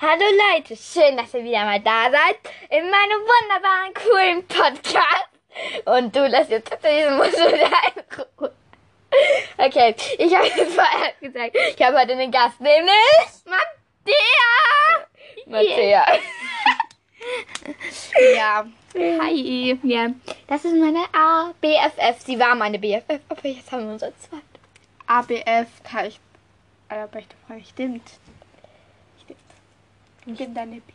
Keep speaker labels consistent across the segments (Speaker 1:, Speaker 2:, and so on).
Speaker 1: Hallo Leute, schön, dass ihr wieder mal da seid in meinem wunderbaren, coolen Podcast. Und du lässt jetzt bitte diesen Muschel da in Ruhe. Okay, ich habe jetzt vorher gesagt, ich habe heute einen Gast, nämlich Matthäa. Matthäa.
Speaker 2: Ja. Hi. Ja.
Speaker 1: Das ist meine A BFF. Sie war meine BFF, aber jetzt haben wir unser zweit.
Speaker 2: ABF kann ich. Ah, Aber ich frage, stimmt. Stimmt. Ich bin deine, B-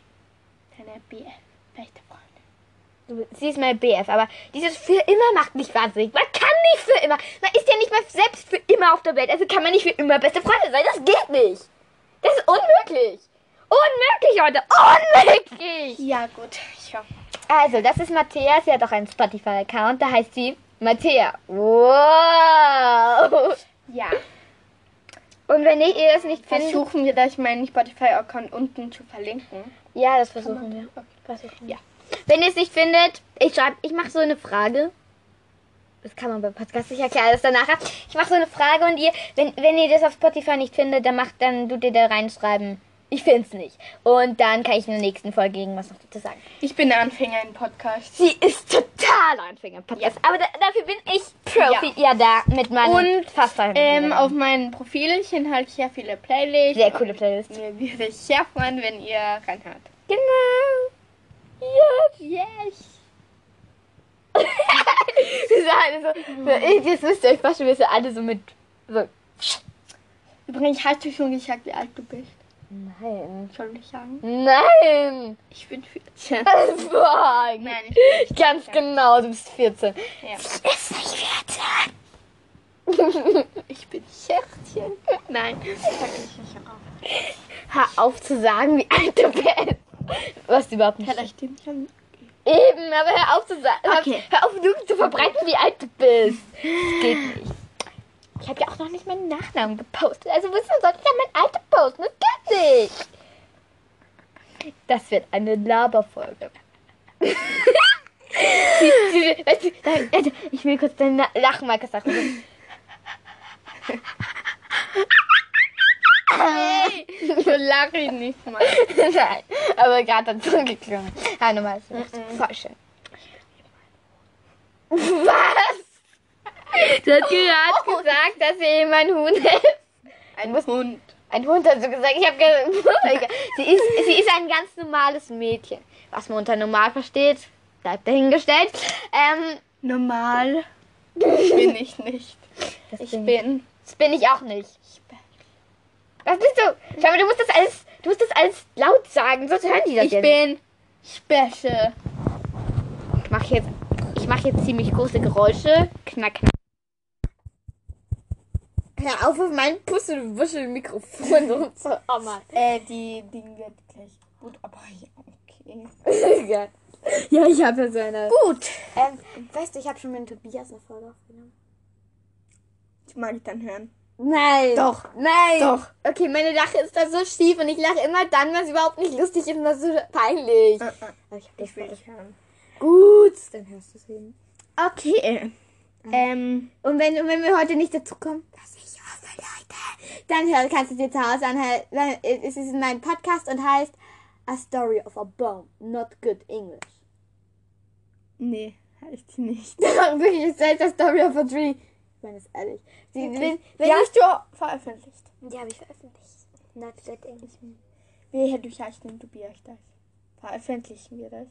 Speaker 2: deine BF. Beste Freundin.
Speaker 1: Du- Sie ist meine BF, aber dieses für immer macht mich wahnsinnig. Man kann nicht für immer. Man ist ja nicht mal selbst für immer auf der Welt. Also kann man nicht für immer beste Freunde sein. Das geht nicht. Das ist unmöglich. Unmöglich, Leute. Unmöglich.
Speaker 2: Ja, gut. Ja.
Speaker 1: Also, das ist Matthäa. Sie hat auch einen Spotify-Account. Da heißt sie Matthäa. Wow.
Speaker 2: Ja.
Speaker 1: Und wenn ich ihr das nicht finde.
Speaker 2: Versuchen wir gleich meinen Spotify-Account unten zu verlinken.
Speaker 1: Ja, das versuchen wir. Ja. Wenn ihr es nicht findet, ich schreibe, ich mache so eine Frage. Das kann man beim Podcast sicher klar, das danach. Ich mache so eine Frage und ihr, wenn, wenn ihr das auf Spotify nicht findet, dann macht, dann tut ihr da reinschreiben. Ich find's nicht. Und dann kann ich in der nächsten Folge irgendwas noch dazu sagen.
Speaker 2: Ich bin Anfänger im Podcast.
Speaker 1: Sie ist total Anfänger im Podcast. Aber da, dafür bin ich Profi. Ja, da mit meinem
Speaker 2: Und,
Speaker 1: fast
Speaker 2: Ähm,
Speaker 1: ähm,
Speaker 2: auf meinem Profilchen halt sehr viele Playlists.
Speaker 1: sehr coole Playlist.
Speaker 2: Mir würde ich sehr freuen, wenn ihr reinhört.
Speaker 1: Genau. Yes.
Speaker 2: Yes.
Speaker 1: Wir sind alle so, so, jetzt müsst ihr euch vorstellen, wir sind alle so mit so.
Speaker 2: Übrigens hast du schon gesagt, wie alt du bist.
Speaker 1: Nein.
Speaker 2: Soll ich sagen?
Speaker 1: Nein!
Speaker 2: Ich bin 14.
Speaker 1: Boah,
Speaker 2: Nein, ich bin genau. nicht
Speaker 1: ganz genau, du bist 14.
Speaker 2: Ja.
Speaker 1: Ist nicht 14.
Speaker 2: Ich bin 16. Nein, sag ich nicht auf.
Speaker 1: Hör auf zu sagen, wie alt du bist. Was überhaupt nicht.
Speaker 2: Vielleicht den schon.
Speaker 1: Eben, aber hör auf zu sagen. Hör,
Speaker 2: Okay.
Speaker 1: hör auf, Lügen zu verbreiten, wie alt du bist. Das geht nicht. Ich habe ja auch noch nicht meinen Nachnamen gepostet. Also wissen sollte ich ja mein Alter posten. Das geht nicht. Das wird eine Laberfolge. sie, sie, weißt du, da- ich will kurz deinen Na- Lachmarker sagen.
Speaker 2: Hey, so lache ich nicht mal.
Speaker 1: Nein, aber gerade hat es geklungen. Ja, nochmal. Mm Voll schön. Was? Oh.
Speaker 2: Du hast gehört.
Speaker 1: Gesagt, dass sie eben ein Huhn ist.
Speaker 2: Ein Hund.
Speaker 1: Ein Hund hat so gesagt. Ich habe gesagt, sie ist, sie ist ein ganz normales Mädchen. Was man unter normal versteht, bleibt dahingestellt. Ähm,
Speaker 2: Normal. Bin ich nicht.
Speaker 1: das
Speaker 2: Ich
Speaker 1: bin,
Speaker 2: bin.
Speaker 1: das bin ich auch nicht.
Speaker 2: Ich bin.
Speaker 1: Was bist du? Schau mal, du musst das alles, du musst das alles laut sagen, sonst hören die das
Speaker 2: Ich
Speaker 1: ja
Speaker 2: bin special.
Speaker 1: Ich mache jetzt, ich mache jetzt ziemlich große Geräusche. Knack, knack. Hör auf auf meinem Pusselwuschel-Mikrofon und so. Oh Mann.
Speaker 2: Äh, die Ding wird gleich gut, aber ja, okay.
Speaker 1: ja, ich habe ja so eine.
Speaker 2: Gut.
Speaker 1: Ähm, weißt du, ich habe schon mit dem Tobias eine Folge aufgenommen.
Speaker 2: Die mag ich dann hören.
Speaker 1: Nein.
Speaker 2: Doch.
Speaker 1: Nein.
Speaker 2: Doch.
Speaker 1: Okay, meine Lache ist da so schief und ich lache immer dann, wenn es überhaupt nicht lustig ist und das ist so peinlich.
Speaker 2: Äh, äh,
Speaker 1: Aber ich hab das
Speaker 2: Ich will
Speaker 1: Folge-
Speaker 2: dich hören.
Speaker 1: Gut, dann hörst du es eben.
Speaker 2: Okay. Ähm,
Speaker 1: Und wenn, und wenn wir heute nicht dazukommen, was ich hoffe, Leute, dann hör, kannst du dir zu Hause anhören. weil Es ist mein Podcast und heißt A Story of a Bomb, Not Good English.
Speaker 2: nee, heißt sie nicht.
Speaker 1: Wirklich, es heißt A Story of a Tree. Ich meine das ehrlich. Sie, wenn, wenn
Speaker 2: Die hast du veröffentlicht.
Speaker 1: ich, die habe ich veröffentlicht. Not Good English.
Speaker 2: Wehe, du sagst dem Tobias das. Veröffentlichen wir das.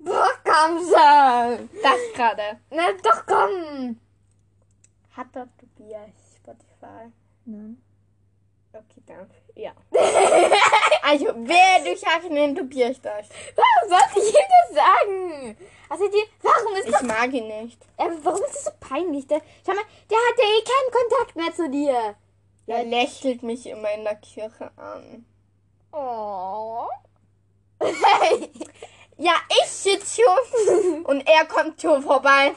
Speaker 1: Boah, komm schon.
Speaker 2: Das gerade.
Speaker 1: Na doch, komm.
Speaker 2: Hat der Tobias Spotify?
Speaker 1: Nein.
Speaker 2: Okay, danke. Ja. also, wer du sagst den Tobias das?
Speaker 1: Warum sollte ich ihm das sagen? Also, die, warum ist das
Speaker 2: Ich mag ihn nicht.
Speaker 1: Ähm, warum ist das so peinlich? Der, schau mal, der hat ja eh keinen Kontakt mehr zu dir.
Speaker 2: Er lächelt mich immer in der Kirche an.
Speaker 1: Oh.
Speaker 2: Ja, ich sitze hier und er kommt hier vorbei.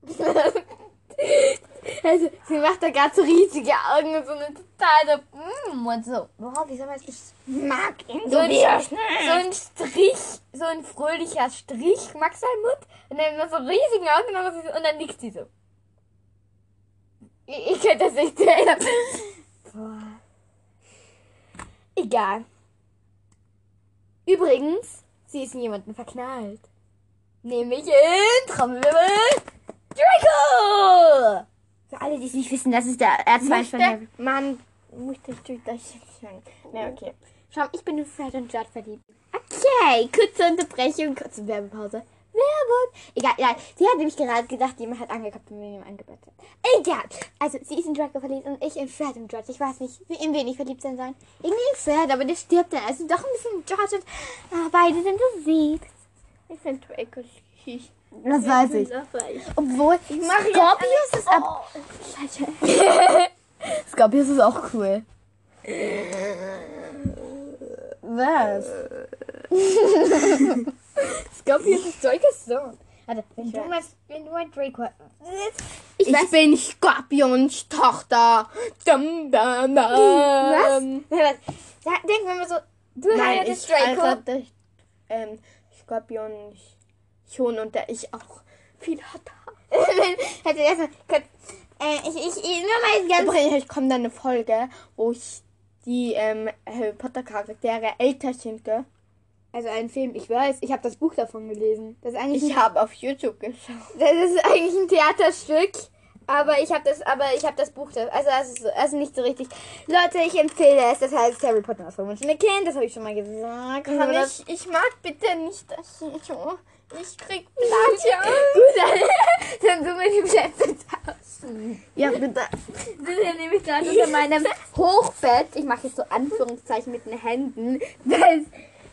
Speaker 1: also, sie macht da gerade so riesige Augen und so eine totale. Mm, und so. Wow, wie soll man das besch-
Speaker 2: Mag ihn
Speaker 1: so ein, ne?
Speaker 2: Tobias
Speaker 1: so ein Strich, so ein fröhlicher Strich, halt Max sein Mund. Und dann immer so riesige Augen und dann, und dann nickt sie so. Ich, ich könnte das nicht zählen. Boah. Egal. Übrigens, sie ist in jemanden verknallt. Nämlich in Trommelwirbel Draco! Für alle, die es nicht wissen, das ist der Erzfeind von Harry.
Speaker 2: Mann, muss ich durch das jetzt lang. Na, okay.
Speaker 1: Schau, ich bin in Fred und Judd verliebt. Okay, kurze Unterbrechung, kurze Werbepause. Werbung. Egal, egal. Sie hat nämlich gerade gedacht, jemand hat angekopft und mir jemand angebettet. Egal. Also, sie ist in Draco verliebt und ich in Fred und George. Ich weiß nicht, wie in wen ich verliebt sein soll. Irgendwie in Fred, aber der stirbt dann. Also doch ein bisschen in George und ah, beide sind besiegt.
Speaker 2: Ich finde Draco süß.
Speaker 1: Das weiß ich. Obwohl,
Speaker 2: mach jetzt
Speaker 1: Scorpius ist ab.
Speaker 2: Oh, Scheiße.
Speaker 1: Scorpius ist auch cool. Was? Scorpius ist Draco's Sohn. Warte, wenn du mal, wenn du mal Draco.
Speaker 2: Ich, bin Skorpions Tochter. Dum, dum, dum.
Speaker 1: Ähm. Was? Was? Da denken wir mal so, du
Speaker 2: Nein, ich
Speaker 1: heiratest Draco.
Speaker 2: heirate ähm, Skorpion schon und der ich auch viel hatte.
Speaker 1: Hätte erstmal kurz. Äh, ich, ich, ich, nur mal ganz.
Speaker 2: Übrigens kommt dann eine Folge, wo ich die ähm, Harry Potter Charaktere älter sind. Gell?
Speaker 1: Also ein Film, ich weiß, ich habe das Buch davon gelesen. Das ist eigentlich
Speaker 2: Ich habe auf YouTube geschaut.
Speaker 1: Das ist eigentlich ein Theaterstück, aber ich habe das, aber ich habe das Buch, da- also das ist, also nicht so richtig. Leute, ich empfehle es. Das heißt Harry Potter und das verwunschene Kind. Das habe ich schon mal gesagt.
Speaker 2: Kann
Speaker 1: Oder-
Speaker 2: ich, ich mag bitte nicht das Video. Ich krieg Platin.
Speaker 1: Gut, dann, dann suche ich mich letztens aus.
Speaker 2: ja, bitte.
Speaker 1: Das ist ja nämlich gerade unter meinem Hochbett. Ich mache jetzt so Anführungszeichen mit den Händen. Das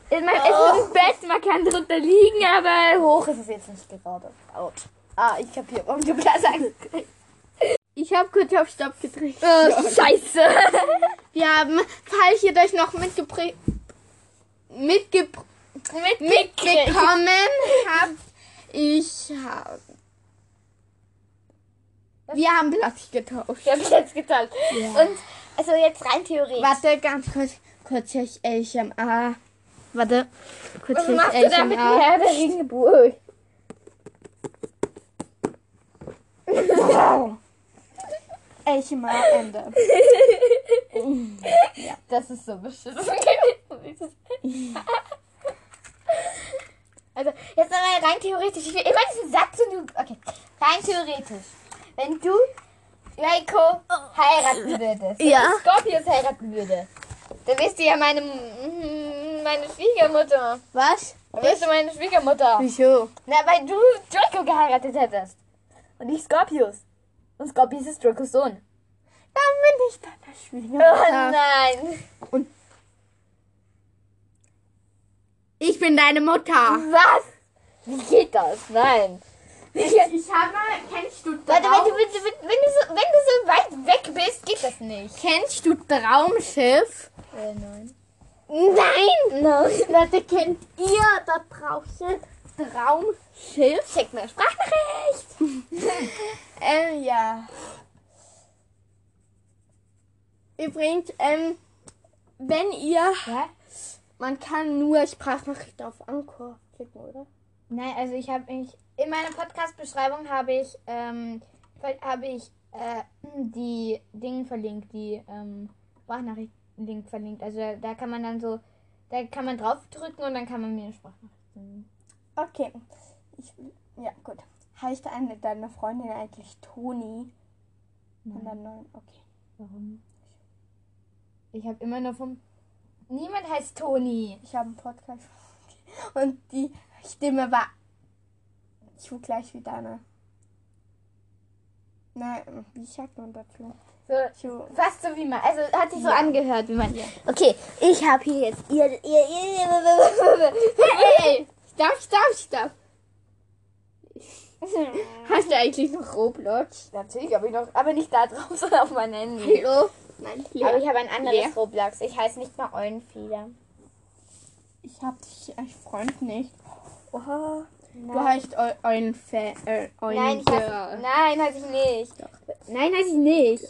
Speaker 1: in meinem
Speaker 2: Oh.
Speaker 1: es ist ein Bett, man kann drunter liegen, aber hoch ist es jetzt nicht gerade. Out.
Speaker 2: Ah, ich hab hier.
Speaker 1: Warum du das angekriegt?
Speaker 2: Ich hab kurz auf Stopp gedreht.
Speaker 1: Äh, scheiße.
Speaker 2: Oh, Wir haben falsch jedoch noch mitgeprägt. Mitgeprägt. mitbekommen hab ich hab, wir haben Platz getauscht.
Speaker 1: Wir haben jetzt getauscht. Und also jetzt rein theoretisch.
Speaker 2: Warte ganz kurz, kurz hier ist LCMA. Warte, kurz
Speaker 1: Was
Speaker 2: hier
Speaker 1: machst du
Speaker 2: ist
Speaker 1: da mit dem
Speaker 2: LCMA.
Speaker 1: Herr der Ringe? Ui.
Speaker 2: LCMA Ende.
Speaker 1: Das ist so beschissen. also, jetzt nochmal rein theoretisch. Ich will immer diesen Satz und du. Okay. Rein theoretisch. Wenn du Draco heiraten würdest, wenn
Speaker 2: Ja.
Speaker 1: du Scorpius heiraten würde, dann wirst du ja meine, mm, meine Schwiegermutter.
Speaker 2: Was?
Speaker 1: Dann wirst du meine Schwiegermutter.
Speaker 2: Wieso?
Speaker 1: Na, weil du Draco geheiratet hättest. Und ich Scorpius. Und Scorpius ist Dracos Sohn.
Speaker 2: Dann bin ich deine
Speaker 1: Oh
Speaker 2: Schwiegermutter.
Speaker 1: nein.
Speaker 2: Ich bin deine Mutter.
Speaker 1: Was? Wie geht das? Nein. Wie geht
Speaker 2: Ich habe mal, kennst du
Speaker 1: Warte, wenn du, wenn, du, wenn, du so, wenn du so weit weg bist, geht das nicht.
Speaker 2: Kennst du Traumschiff?
Speaker 1: Äh, nein. Nein! Nein!
Speaker 2: Leute, kennt ihr da draußen Traumschiff?
Speaker 1: Schick mir Sprachnachricht!
Speaker 2: Ähm, ja. Übrigens, ähm, wenn ihr,
Speaker 1: Ja?
Speaker 2: man kann nur Sprachnachricht auf Anchor klicken, oder?
Speaker 1: Nein, also ich habe mich. In meiner Podcast-Beschreibung habe ich, ähm, ver- habe ich äh, die Dinge verlinkt, die ähm, Sprachnachricht-Link verlinkt. Also da, da kann man dann so, da kann man draufdrücken und dann kann man mir eine Sprachnachricht senden.
Speaker 2: Okay. Ich, ja, gut. Heißt eine deine Freundin eigentlich Toni? Und dann neun, okay.
Speaker 1: Warum? Ich habe immer nur vom. Niemand heißt Toni.
Speaker 2: Ich habe einen Podcast. Und die Stimme war. Ich will gleich wie deine. Nein, wie sagt man dazu?
Speaker 1: So,
Speaker 2: Zu-
Speaker 1: fast so wie man. Also hat sich so angehört, wie man.
Speaker 2: Ja.
Speaker 1: Okay, ich habe hier jetzt. Ihr, ihr, ihr,
Speaker 2: Hey, stopp, stopp, stopp. Hast du eigentlich noch Roblox?
Speaker 1: Natürlich habe ich noch, aber nicht da drauf, sondern auf mein Handy.
Speaker 2: Hallo? Nein,
Speaker 1: Aber ich habe ein anderes
Speaker 2: Ja.
Speaker 1: Roblox. Ich heiße nicht mal Eulenfeder.
Speaker 2: Ich hab dich als Freund nicht. Oha. Du heißt Eu- Eulenfe äh,
Speaker 1: Nein, ich heiß,
Speaker 2: Eulenfeer.
Speaker 1: nein, heiße ich nicht. Nein, heiße ich nicht.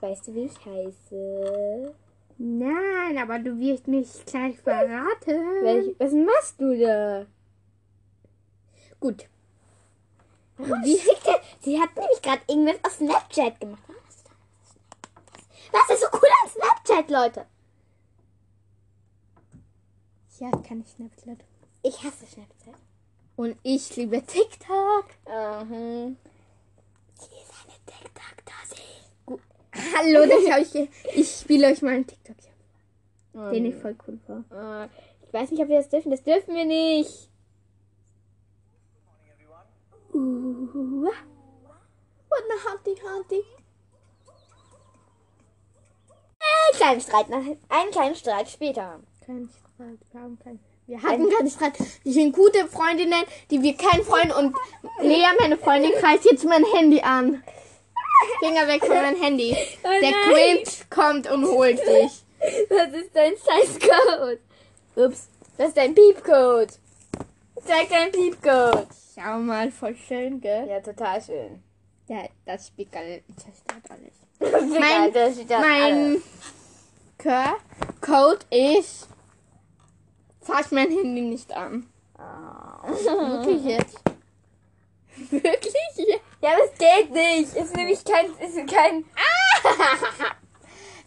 Speaker 1: Weißt du, wie ich heiße?
Speaker 2: Nein, aber du wirst mich gleich verraten.
Speaker 1: Welch, was machst du da?
Speaker 2: Gut.
Speaker 1: Warum schickt er? Sie hat nämlich gerade irgendwas auf Snapchat gemacht. Was ist das? Was ist so cool an Snapchat, Leute?
Speaker 2: Ja, ich kann nicht Snapchat.
Speaker 1: Ich hasse Snapchat.
Speaker 2: Und ich liebe TikTok.
Speaker 1: Mhm. Hier ist eine TikTok-Dose.
Speaker 2: Hallo, das habe ich. ge- Ich spiele euch mal einen TikTok hier, den ich
Speaker 1: Ähm,
Speaker 2: voll cool war.
Speaker 1: äh, ich weiß nicht, ob wir das dürfen. Das dürfen wir nicht.
Speaker 2: Uh, what the Humpty Humpty?
Speaker 1: Einen kleinen Streit, nach, einen kleinen Streit später.
Speaker 2: Kein Streit, wir haben keinen. Wir hatten keinen Streit. Ich bin gute Freundinnen, die wir keinen Freund und Lea, meine Freundin, kreist jetzt mein Handy an. Finger weg von meinem Handy. Der
Speaker 1: Oh nein.
Speaker 2: Quint kommt und holt dich.
Speaker 1: Das ist dein Scheißcode. Ups. Das ist dein Piepcode. Zeig dein Piepcode.
Speaker 2: Schau mal, voll schön, gell?
Speaker 1: Ja, total schön.
Speaker 2: Ja, das Spiegel zerstört alles.
Speaker 1: Egal, das steht da alles.
Speaker 2: Mein Cur- Code ist. Fass mein Handy nicht an.
Speaker 1: Ah.
Speaker 2: Wirklich jetzt? Wirklich jetzt?
Speaker 1: Ja, aber es geht nicht. Ist nämlich kein, ist kein.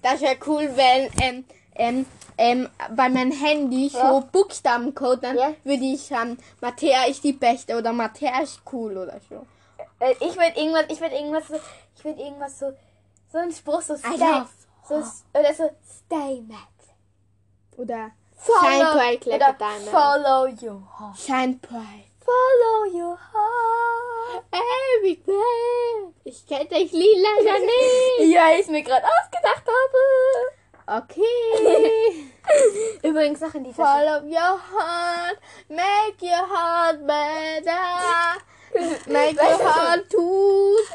Speaker 2: Das wäre cool, wenn ähm, ähm, ähm, bei meinem Handy so
Speaker 1: Ja.
Speaker 2: Buchstabencode, dann
Speaker 1: Ja.
Speaker 2: würde ich ähm, Mattea ist die Beste oder Mattea ist cool oder so.
Speaker 1: Äh, Ich würde irgendwas, ich würde irgendwas so, ich würde irgendwas so, so ein Spruch so stay,
Speaker 2: love-
Speaker 1: so s- oder so stay mad.
Speaker 2: Oder Shine bright like a
Speaker 1: oder
Speaker 2: diamond.
Speaker 1: follow your heart.
Speaker 2: Shine Pride.
Speaker 1: Follow your heart.
Speaker 2: Ey, wie cool. Ich kenne dich lila ja nicht.
Speaker 1: Ja, ich mir gerade ausgedacht habe.
Speaker 2: Okay.
Speaker 1: Übrigens Sachen, die
Speaker 2: Fall of your heart, make your heart better, make your heart tut.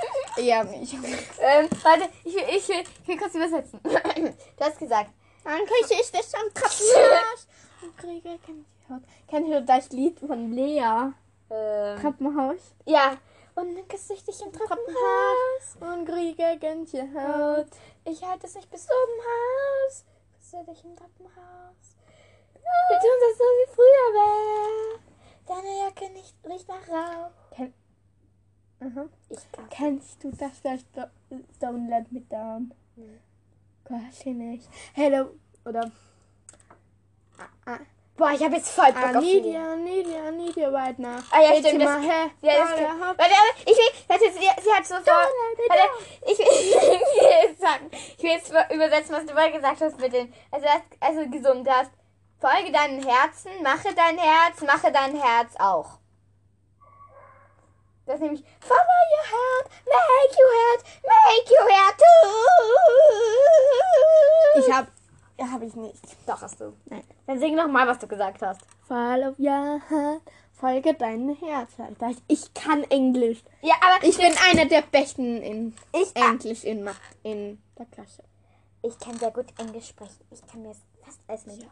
Speaker 2: Ja, mich.
Speaker 1: Ähm, warte, ich will, ich, will, ich will kurz übersetzen. du hast gesagt,
Speaker 2: Dann kriege ich das am Treppenhaus und kriege kein Haut. Kennst du das Lied von Lea?
Speaker 1: ähm,
Speaker 2: Treppenhaus.
Speaker 1: ja. Und dann küsse ich dich im Treppenhaus.
Speaker 2: Und kriege kein Haut.
Speaker 1: Haut. Ich halte dich bis oben Haus. Küsse dich im Treppenhaus. Wir tun das so wie früher wäre. Deine Jacke nicht, riecht nach Rauch.
Speaker 2: Aha.
Speaker 1: Ich kann.
Speaker 2: Kennst du das, das Download mit Down? Quasi nicht. Hello. Oder
Speaker 1: Boah, ich habe jetzt voll Bock
Speaker 2: I
Speaker 1: auf
Speaker 2: need
Speaker 1: die.
Speaker 2: you, I need you, I need you right now.
Speaker 1: Ah, ja,
Speaker 2: It's
Speaker 1: stimmt,
Speaker 2: in
Speaker 1: das-
Speaker 2: my hair,
Speaker 1: Ja, das
Speaker 2: all
Speaker 1: stimmt.
Speaker 2: I have.
Speaker 1: Warte, warte, ich will, warte, sie, sie hat so vor. Warte, ich will, ich will jetzt sagen, ich will jetzt übersetzen, was du vorher gesagt hast mit den, also, du hast- also gesungen, du hast, folge deinem Herzen, mache dein Herz, mache dein Herz auch. Das ist nämlich, follow your heart, make your heart, make your heart too.
Speaker 2: Ich hab. Ja, hab ich nicht.
Speaker 1: Doch, hast du.
Speaker 2: Nein.
Speaker 1: Dann sing nochmal, was du gesagt hast.
Speaker 2: Follow your heart, folge deinem Herz. Alter. Ich kann Englisch.
Speaker 1: Ja, aber
Speaker 2: Ich bin einer der Besten in
Speaker 1: ich,
Speaker 2: Englisch in, Ma- in der Klasse.
Speaker 1: Ich kann sehr gut Englisch sprechen. Ich kann mir fast alles mit.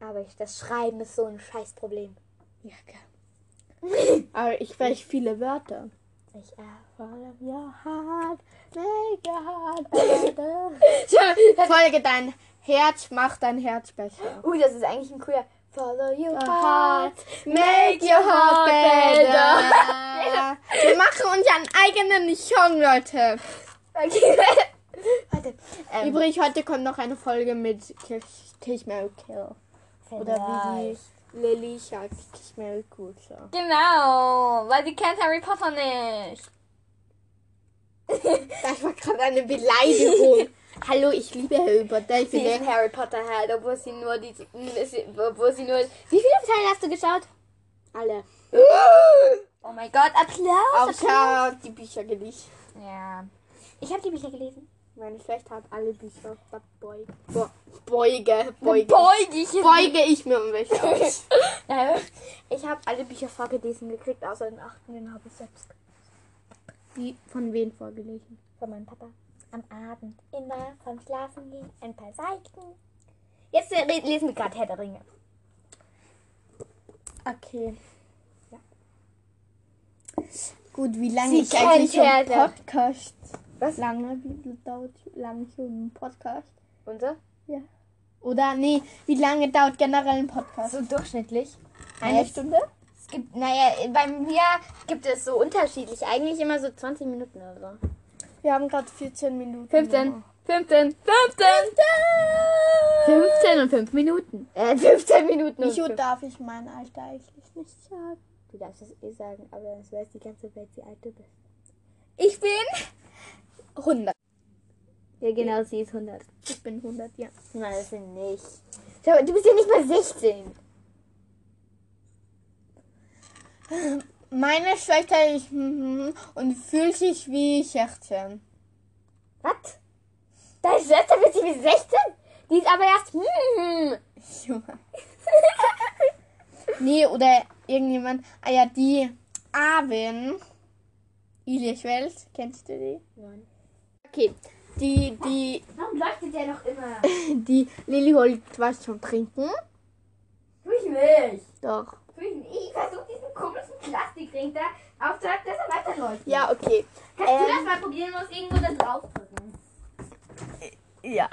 Speaker 1: Aber ich, das Schreiben ist so ein Scheißproblem.
Speaker 2: Ja, gell. Aber ich weiß viele Wörter.
Speaker 1: Ich äh, auch.
Speaker 2: Follow your heart, make your heart better. folge dein Herz, mach dein Herz besser.
Speaker 1: Uh, das ist eigentlich ein cooler. Follow your heart.
Speaker 2: heart, Make your heart better. Wir machen unseren eigenen Song, Leute.
Speaker 1: Okay. Warte. Ähm,
Speaker 2: Übrigens, heute kommt noch eine Folge mit Kiss, Kiss Mary Kill. Oder wie die Lilly sagt, Kiss Mary Cool. So.
Speaker 1: Genau, weil sie kennt Harry Potter nicht.
Speaker 2: Das war gerade eine Beleidigung. Hallo, ich liebe Harry Potter. Ich
Speaker 1: Sie
Speaker 2: bin
Speaker 1: ist ein Harry Potter halt, obwohl sie nur die, obwohl sie nur. Wie viele Teile hast du geschaut?
Speaker 2: alle.
Speaker 1: Oh mein Gott, Applaus.
Speaker 2: Außer die Bücher gelesen.
Speaker 1: Ja. Ich habe die Bücher gelesen.
Speaker 2: Meine Schwester hat alle Bücher verbeugt. Bo- Beuge, beuge.
Speaker 1: Beugig.
Speaker 2: Beuge ich mir um welche aus.
Speaker 1: Nein, ich habe alle Bücher vorgelesen gekriegt, außer den achten, den habe ich selbst gekriegt.
Speaker 2: Wie, von wem vorgelesen?
Speaker 1: von meinem Papa. Am Abend immer vom Schlafen gehen ein paar Seiten. Jetzt äh, re- lesen wir gerade Herr der Ringe.
Speaker 2: Okay. Gut, wie lange
Speaker 1: Sie
Speaker 2: ich
Speaker 1: kennt
Speaker 2: eigentlich schon
Speaker 1: Herr der-
Speaker 2: Podcast?
Speaker 1: Was?
Speaker 2: Lange, wie dauert lange schon ein Podcast?
Speaker 1: Und so?
Speaker 2: Oder nee, wie lange dauert generell ein Podcast?
Speaker 1: So durchschnittlich.
Speaker 2: Eine
Speaker 1: Eine
Speaker 2: Stunde?
Speaker 1: Es gibt, naja, bei mir gibt es so unterschiedlich. Eigentlich immer so 20 Minuten oder so.
Speaker 2: Wir haben gerade 14 Minuten.
Speaker 1: 15. 15, 15,
Speaker 3: 15 und 5 Minuten.
Speaker 1: äh, 15 Minuten. und
Speaker 2: Wieso
Speaker 1: fünf-
Speaker 2: darf ich mein Alter eigentlich nicht sagen?
Speaker 1: Du darfst es eh sagen, aber das weiß die ganze Welt, wie alt du bist. Ich bin 100. Ja, genau, sie ist 100.
Speaker 2: Ich bin 100, ja.
Speaker 1: Nein, das bin nicht. Schau, du bist ja nicht mal 16.
Speaker 2: Meine Schwester ich, mhm, und fühlt sich wie 16.
Speaker 1: Was? Deine Schwester wird sie wie 16? Die ist aber erst. Hm.
Speaker 2: Junge. nee, oder irgendjemand. Ah ja, die Arvin. Ilichwelt, kennst du die?
Speaker 3: Okay. Die, die,
Speaker 1: Warum leuchtet der noch immer?
Speaker 3: die Lilly holt was zum Trinken.
Speaker 1: Tu ich nicht.
Speaker 3: Doch.
Speaker 1: Tu ich nicht. Ich versuche diesen komischen Plastikring da aufzuhalten, dass er weiterläuft.
Speaker 3: Ja, okay.
Speaker 1: Kannst du
Speaker 3: ähm.
Speaker 1: das mal probieren? Du musst irgendwo da drauf drücken.
Speaker 3: Ja.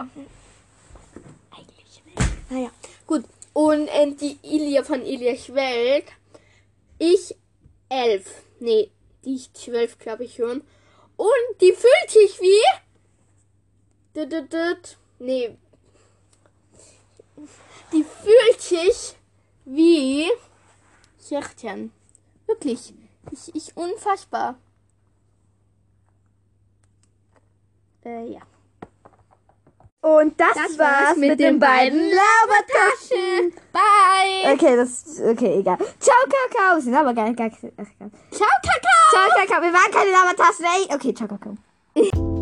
Speaker 3: Eigentlich nicht. Naja, gut. Und äh, die Ilia von Ilia Schwelt. Ich elf. Nee, die ist zwölf, glaube ich schon. Und die fühlt sich wie. Dut, dut, dut. Nee. Die fühlt sich wie. 16. Wirklich. Ich, ich unfassbar. Äh, ja.
Speaker 4: Und das,
Speaker 3: Das
Speaker 4: war's, mit, den beiden Labertaschen.
Speaker 3: Bye!
Speaker 4: Okay, das okay, egal. Ciao, Kakao. Sie sind aber gar nicht. Ciao, Kakao. Ciao, Kakao. Wir waren keine Labertaschen. Ey. Okay, ciao, Kakao.